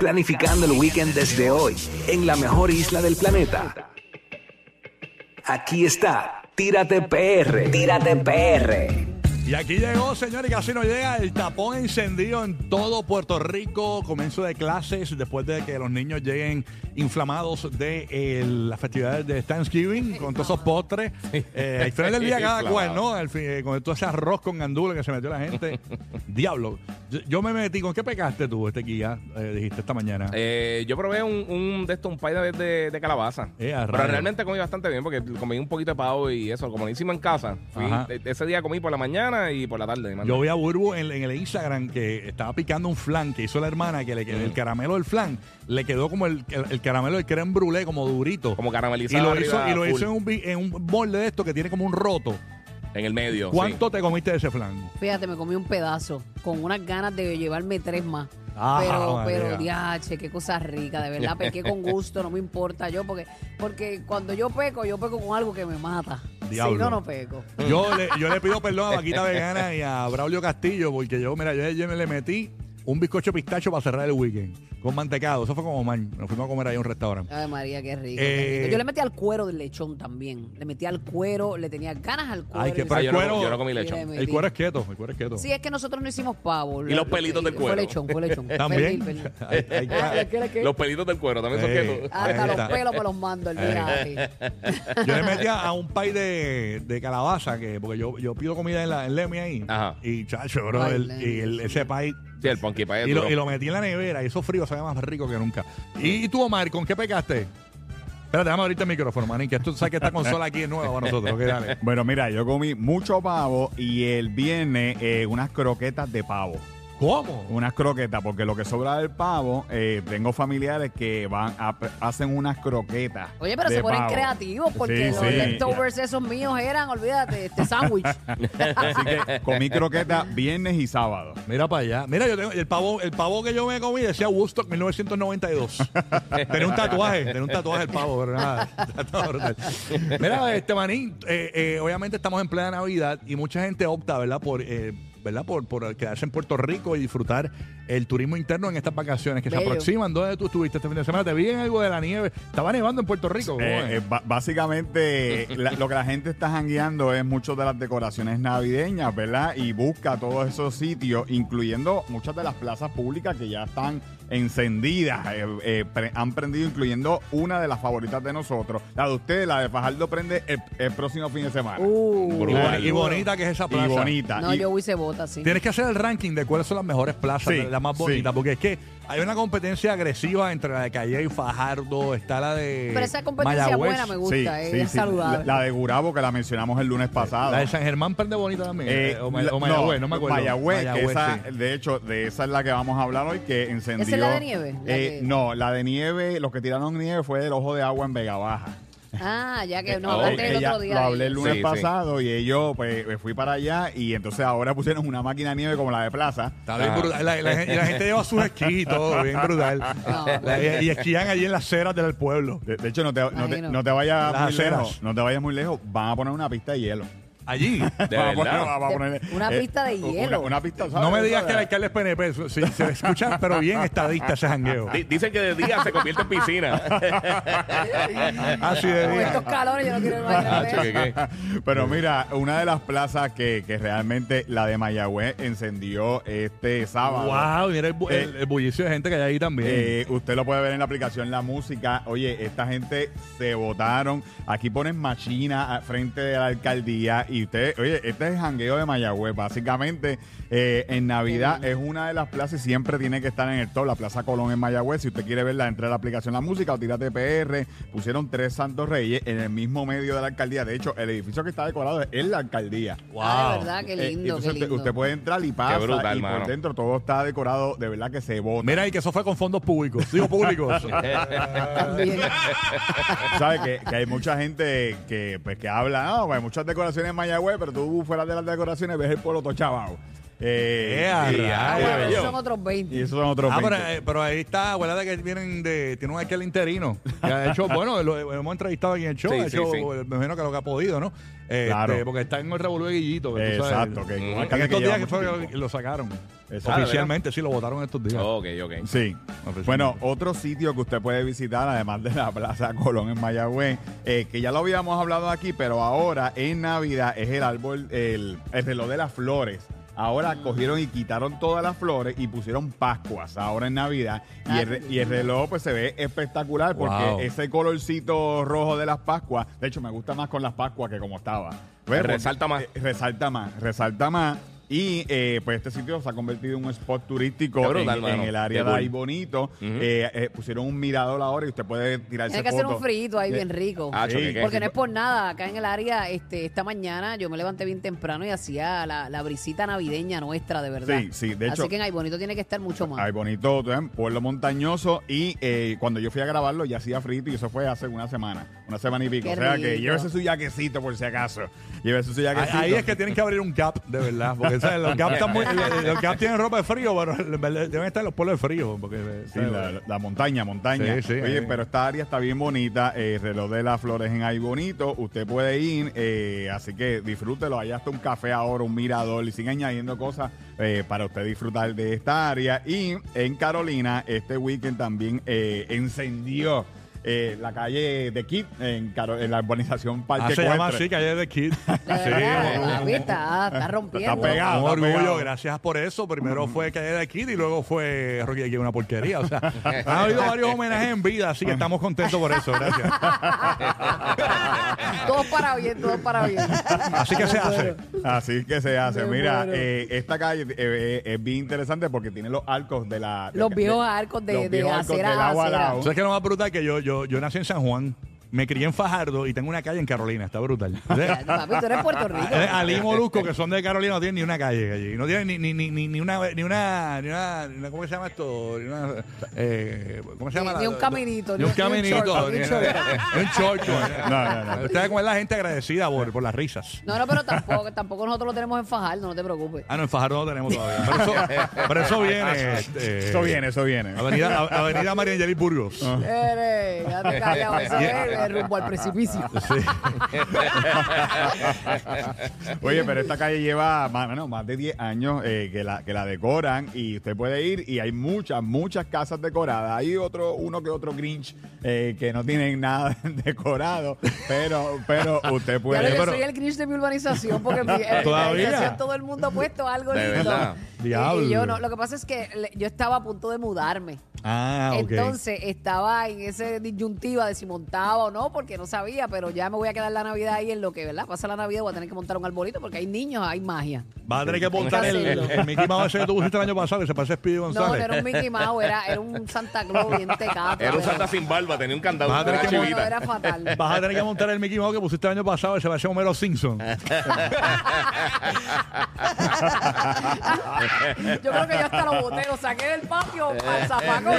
Planificando el weekend desde hoy en la mejor isla del planeta. Aquí está, tírate PR, tírate PR. Y aquí llegó, señores, casi nos llega el tapón encendido en todo Puerto Rico. Comienzo de clases después de que los niños lleguen inflamados de eh, las festividades de Thanksgiving con todos esos postres. Eh, al final del día cada cual, ¿no? Al fin, eh, con todo ese arroz con gandula que se metió la gente. Diablo, yo, yo me metí. ¿Con qué pecaste tú, este guía? eh, dijiste esta mañana. Eh, yo probé un, un de estos, un pie de, de- de calabaza. Eh, a pero rayos. realmente comí bastante bien porque comí un poquito de pavo y eso. Como lo hicimos en casa, fui- Ajá. e- ese día comí por la mañana y por la tarde. man. Yo vi a Burbu en, en el Instagram que estaba picando un flan que hizo la hermana, que le quedó Mm. el caramelo del flan, le quedó como el, el- el caramelo del creme brûlée, como durito. Como y caramelizado lo hizo, arriba, y lo hizo full, en, un, bi- en un molde de esto que tiene como un roto. en el medio. sí. ¿Cuánto te comiste de ese flan? Fíjate, me comí un pedazo con unas ganas de llevarme tres más. Ah, pero, María. pero, diache, qué cosa rica, de verdad, pequé con gusto, no me importa yo, porque, porque cuando yo peco, yo peco con algo que me mata. Diablo. Si no, no peco. Mm. Yo le, yo le pido perdón a Vaquita Vegana y a Braulio Castillo porque yo, mira, yo ayer me le metí un bizcocho pistacho para cerrar el weekend con mantecado. Eso fue como man. Nos fuimos a comer ahí a un restaurante. Ay, María, qué rico. Eh. qué rico. Yo le metí al cuero del lechón también. Le metí al cuero, le tenía ganas al cuero. Ay, qué y- pero Ah, el yo, no, cuero- yo no comí y le lechón. metí. El cuero es quieto, el cuero es quieto. Sí, es que nosotros no hicimos pavo. Eh, Y los pelitos del cuero. Fue lechón, fue lechón. También. Pernil, pernil. Ahí- ahí está. Ah, ¿qué le- qué? Ah. Los pelitos del cuero también son Eh. quietos. Ahí Hasta está. los pelos me los mando el día. Yo le metía a un pay de, de calabaza, que, porque yo, yo pido comida en, la, en Lemmy ahí. Ajá. Y chacho, bro, Ay, el- y el- Lemmy, ese pay. Sí, el punky pie es Y lo, duro. y lo metí en la nevera, y eso frío sabe más rico que nunca. ¿Y, tú, Omar, con qué pecaste? Espérate, déjame abrirte el micrófono, manín, que tú sabes que esta consola aquí es nueva para nosotros. ok, dale. Bueno, mira, yo comí mucho pavo y el viernes eh, unas croquetas de pavo. ¿Cómo? Unas croquetas, porque lo que sobra del pavo, eh, tengo familiares que van a- hacen unas croquetas. Oye, pero de se ponen pavo. creativos porque Sí, los sí. leftovers esos míos eran, olvídate, este sándwich. Así que comí croquetas viernes y sábado. Mira para allá. Mira, yo tengo el pavo, el pavo que yo me comí decía Woodstock 1992. tenía un tatuaje, tenía un tatuaje el pavo, pero nada. estaba brutal. Mira, este manín, eh, eh, obviamente estamos en plena Navidad y mucha gente opta, ¿verdad? Por, eh, ¿verdad? Por, por quedarse en Puerto Rico y disfrutar el turismo interno en estas vacaciones que se Bello. aproximan. ¿Dónde tú estuviste este fin de semana? Te vi en algo de la nieve. Estaba nevando en Puerto Rico. ¿cómo es? Eh, eh, ba- básicamente, la- lo que la gente está jangueando es muchas de las decoraciones navideñas, ¿verdad? Y busca todos esos sitios, incluyendo muchas de las plazas públicas que ya están encendidas, eh, eh, pre- han prendido, incluyendo una de las favoritas de nosotros, la de ustedes, la de Fajardo prende el, el próximo fin de semana. Uh, y, brutal. y bonita que es esa y plaza. bonita. no, Y- yo hice bota, sí. Tienes que hacer el ranking de cuáles son las mejores plazas, Sí, las más sí. bonitas, porque es que hay una competencia agresiva entre la de Calle y Fajardo, está la de Pero esa competencia Mayagüez, buena me sí, gusta, eh, sí, es sí. saludable. La, la de Gurabo que la mencionamos el lunes pasado. La de San Germán prende bonita también. Eh, eh, o, May- la- o Mayagüez, no, me acuerdo. Mayagüez, que Mayagüez, esa, sí. de hecho, de esa es la que vamos a hablar hoy, que encendió. ¿Esa es la de nieve? La Eh, que- No, la de nieve, los que tiraron nieve fue el ojo de agua en Vega Baja. Ah, ya que Eh, no, hablaste Eh, el ella- otro día. Lo de hablé el ella. lunes Sí, sí. pasado y ellos, pues, me fui para allá y entonces ahora pusieron una máquina de nieve como la de Plaza. Está bien brutal. La, la gen- y la gente lleva sus esquís y todo, bien brutal. No, La- y, y esquían allí en las ceras del pueblo. De, de hecho, no te, no te, Imagino. no te vayas Las muy aceras. lejos. No te vayas muy lejos. Van a poner una pista de hielo. Allí. De Van a poner- verdad. van a poner- eh, Una pista de una- hielo. Una, pista, ¿sabes? No me digas Esa que el de- alcalde es PNP, si- si- se escucha, pero bien estadista ese jangueo. Di- Dicen que de día se convierte en piscina. Así de Con bien. estos calores yo no quiero Ah, imaginarme. che, eso. que- que- Pero mira, una de las plazas que, que realmente la de Mayagüez encendió este sábado. Wow, mira el, bu- el- el bullicio de gente que hay ahí también. Eh, usted lo puede ver en la aplicación La Música. Oye, esta gente se votaron. Aquí ponen machina a- frente de la alcaldía y usted, oye, este es jangueo de Mayagüez. Básicamente, eh, en Navidad es una de las plazas y siempre tiene que estar en el top, la Plaza Colón en Mayagüez. Si usted quiere verla, entre la aplicación La Música o Tírate PR. Pusieron tres Santos Reyes en el mismo medio de la alcaldía. De hecho, el edificio que está decorado es la alcaldía. Ah, de verdad, qué Eh, lindo, entonces qué usted- lindo. Usted, puede entrar y pasa brutal, y mano. por dentro todo está decorado, de verdad que se bota. Mira, y que eso fue con fondos públicos. Digo, públicos. También. ¿Sabes? Que, que hay mucha gente que, pues, que habla, no, pues, hay muchas decoraciones en Mayagüez, pero tú fuera de las decoraciones ves el pueblo todo chavao. Eh, ¡Ea, y- rayos! Ah, y- bueno, y- esos son otros 20. y esos son otros Ah, pero, 20. eh, pero ahí está, acuérdate que vienen de, tienen aquel interino. Que ha hecho, bueno, lo hemos entrevistado aquí en el show, Sí, ha sí, hecho, sí. eh, me imagino que lo que ha podido, ¿no? Este, Claro. Porque está en el revolú de Guillito. que tú sabes. Exacto, que Mm. un En alcalde que estos días lleva que mucho fue que tiempo. lo sacaron. Exacto. Oficialmente, sí, lo votaron estos días. Ok, ok. Sí. Bueno, otro sitio que usted puede visitar, además de la Plaza Colón en Mayagüez, eh, que ya lo habíamos hablado aquí, pero ahora en Navidad es el árbol, el, el reloj de las flores. Ah. Ahora cogieron y quitaron todas las flores y pusieron Pascuas ahora en Navidad. Y Ah, el, re- y el reloj pues se ve espectacular porque Wow. ese colorcito rojo de las Pascuas, de hecho me gusta más con las Pascuas que como estaba. Pues, Eh, Resalta más. eh, resalta más, resalta más. Y eh, pues este sitio se ha convertido en un spot turístico Qué en, brutal, en mano. el área Qué de cool. ahí bonito. Eh, eh, pusieron un mirador ahora y usted puede tirarse Tiene que hacer un fotos. frito ahí Eh, bien rico. Ah, Sí, choque, ¿qué? Porque no es por nada, acá en el área, este, esta mañana yo me levanté bien temprano y hacía la, la brisita navideña nuestra, de verdad. Sí, sí, de hecho- Así que en Ay Bonito tiene que estar mucho más. Ay, bonito, ¿eh? pueblo montañoso. Y eh, cuando yo fui a grabarlo, ya hacía frito y eso fue hace una semana, una semana y pico. Qué o sea que rico. llévese su yaquecito por si acaso. Llévese su Ah, Ahí, yaquecito. ahí es que tienen que abrir un gap, de verdad. Porque ¿sabes? los gaps están muy- los gaps tienen ropa de frío, pero en verdad deben estar en los pueblos de frío. Porque, eh, Sí, ¿sabes? la, la montaña, montaña. Sí, sí, Oye, ahí. pero esta área está bien bonita. eh, el reloj de las flores en ahí bonito. Usted puede ir, eh, así que disfrútelo. Allá está un café ahora, un mirador. Y siguen añadiendo cosas eh, para usted disfrutar de esta área. Y en Carolina, este weekend también eh, encendió. eh, la calle de Kit en, Caro- en la urbanización Ah, Parque se llama Ecuestre. así, que ayer de Kid. La Sí, verdad, un- la vista, ah, está rompiendo. Está pegado. un orgullo, pegado. gracias por eso. Primero fue Calle de Kid y luego fue Rocky de Kid, una porquería. O sea, han habido varios homenajes en vida, así que estamos contentos por eso, gracias. todo para bien, todo para bien. Así que se hace. Así que se hace. Me Mira, muero. eh, esta calle eh, eh, es bien interesante porque tiene los arcos de la. de- Los viejos arcos de- los de viejos arcos acera de a lado a acera. lado. ¿Sabes qué es lo más brutal? Que yo, yo, yo nací en San Juan, me crié en Fajardo y tengo una calle en Carolina, está brutal. O sea, Papi, tú eres Puerto Rico. Eh, Ali y Molusco, que son de Carolina, no tienen ni una calle allí. No tienen ni, ni, ni, ni, ni una, ni, una, ni, una, ni una- ¿Cómo se llama esto? Ni una, eh, ¿Cómo se Ni- llama? la- ni un la- caminito, Ni un caminito. short, ni un ni short. ni un short. No, no, no. Ustedes como es la gente agradecida por, por las risas. No, no, pero tampoco, tampoco nosotros lo tenemos en Fajardo, no te preocupes. Ah, no, en Fajardo no tenemos todavía. Pero eso, pero eso viene. este, Eso viene, eso viene. Avenida, a- Avenida María Angelis Burgos. Ah, Eres, ya te callado, eso es eh, rumbo al precipicio. Oye, pero esta calle lleva más, no, más de 10 años eh, que, la, que la decoran y usted puede ir y hay muchas, muchas casas decoradas. Hay otro, uno que otro Grinch eh, que no tienen nada decorado, pero, pero usted Ya puede lo ir. que soy el Grinch de mi urbanización, porque en mi, eh, en mi Todavía. urbanización todo el mundo ha puesto algo De lindo. verdad. Y- Diablo. Y, yo no, lo que pasa es que le- yo estaba a punto de mudarme. Ah, ok. Entonces estaba en ese disyuntiva de si montaba o no, porque no sabía, pero ya me voy a quedar la Navidad ahí en lo que, ¿verdad? Pasa la Navidad, voy a tener que montar un arbolito porque hay niños, hay magia. Vas a tener que montar el, Hacerlo. el Mickey Mouse ese que tú pusiste el año pasado, que se parece a Speedy No, no González. era un Mickey Mouse, era, era un Santa Claus bien tecato. Era un pero- Santa sin barba, tenía un candado. Madre, una qué No, no, chivita. era fatal. Vas a tener que montar el Mickey Mouse que pusiste el año pasado y se va a hacer Homero Simpson. Yo creo que yo hasta lo boté, lo saqué del patio al zapacón.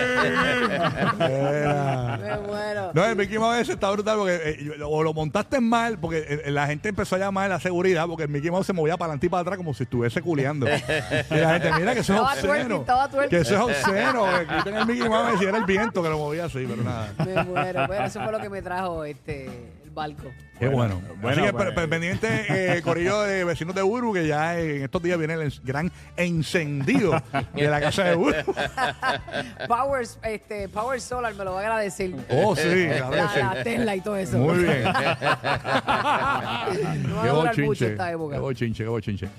Me muero. No, el Mickey Mouse ese está brutal porque eh, yo- o lo montaste mal, porque eh, la gente empezó a llamar a la seguridad porque el Mickey Mouse se movía para adelante y para atrás como si estuviese culeando. y la gente, mira que eso es Estaba twerking, obsceno. estaba twerking. Que eso es obsceno. Que quiten el Mickey Mouse si era el viento que lo movía así, pero nada. Me muero, pero eso fue lo que me trajo este el barco. Qué bueno. bueno, Así que pues. per- per- pendiente, eh, Corillo de vecinos de Uru, que ya eh, en estos días viene el ens- gran encendido de la casa de Uru. Power, este, Power Solar me lo va a agradecer. Oh, sí, la, claro que sí. la Tesla y todo eso. Muy bien. no va a Qué durar mucho bochinche. esta época. Qué bochinche, qué bochinche.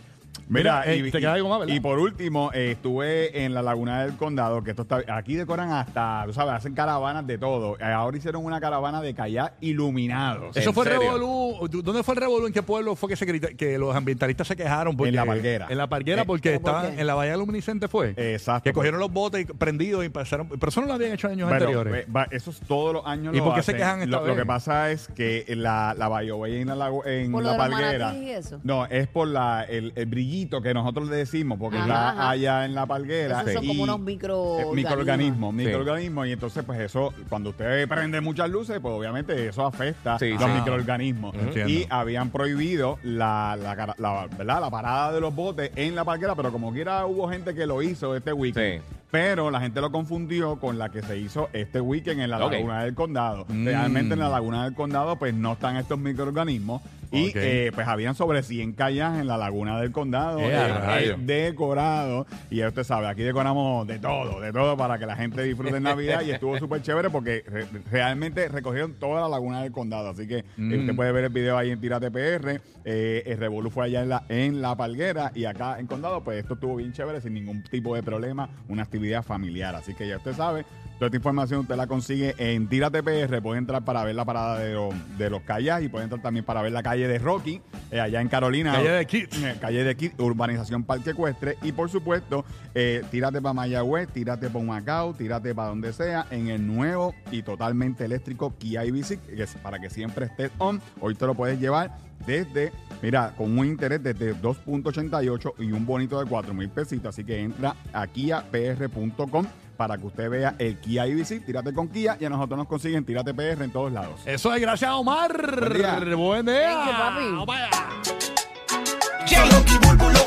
Mira, Mira, eh, y, te queda algo más, ¿verdad? y por último, eh, estuve en la Laguna del Condado, que esto está, aquí decoran hasta, tú sabes, hacen caravanas de todo. Eh, Ahora hicieron una caravana de kayak iluminados. Eso ¿En fue el serio? revolú. ¿Dó- ¿Dónde fue el revolú? ¿En qué pueblo fue que se grita- que los ambientalistas se quejaron? Porque, En La Parguera. En la parguera Eh, porque ¿pero por estaban qué? en la bahía luminiscente fue. Exacto. Que cogieron los botes y- prendidos y pasaron. Pero eso no lo habían hecho en años Bueno, anteriores. eh, va- eso es todos los años. ¿Y lo por qué se hacen. quejan esta lo, lo vez? que pasa es que la, la Bayobé en la, lago- en Por lo la de los Palguera. manatíes y eso. No, es por la, el, el brillito que nosotros le decimos, porque Ajá, está ajá. allá en la Palguera. Esos son y- como unos micro- eh, microorganismos. organismos. Sí. Microorganismos. Y entonces, pues eso, cuando usted prende muchas luces, pues obviamente eso afecta Sí, los sí. microorganismos. Ah. Entiendo. Y habían prohibido la, la, cara- la- ¿verdad? la parada de los botes en la Palguera, pero como quiera hubo gente que lo hizo este weekend. Sí. Pero la gente lo confundió con la que se hizo este weekend en la Ok. Laguna del Condado. Realmente en la Laguna del Condado pues no están estos microorganismos. Y Ok. eh, pues habían sobre 100 callas en la Laguna del Condado Eh, eh, a rayos. eh, decorado. Y ya usted sabe, aquí decoramos de todo, de todo para que la gente disfrute en Navidad. y estuvo súper chévere porque re- realmente recogieron toda la Laguna del Condado. Así que eh, Mm. usted puede ver el video ahí en Tírate PR. Eh, el Revolu fue allá en la, en la Palguera y acá en Condado. Pues esto estuvo bien chévere, sin ningún tipo de problema. Una actividad familiar. Así que ya usted sabe. Toda esta información usted la consigue en Tírate PR. Puede entrar para ver la parada de, los- de los callas y puede entrar también para ver la calle de Rocky, eh, allá en Carolina. Calle de Kids. Eh, calle de Kid, urbanización Parque Ecuestre. Y por supuesto, eh, tírate para Mayagüez, tírate para Macao, tírate para donde sea, en el nuevo y totalmente eléctrico Kia IBC, que es para que siempre estés on. Hoy te lo puedes llevar desde, mira, con un interés desde 2.88 y un bonito de 4 mil pesitos. Así que entra a kiapr.com para que usted vea el Kia IBC, tírate con Kia y a nosotros nos consiguen tírate PR en todos lados. Eso es gracias a Omar. Buen día. Buen día. Thank you, papi. Vamos allá. J. Rocky Bulbulo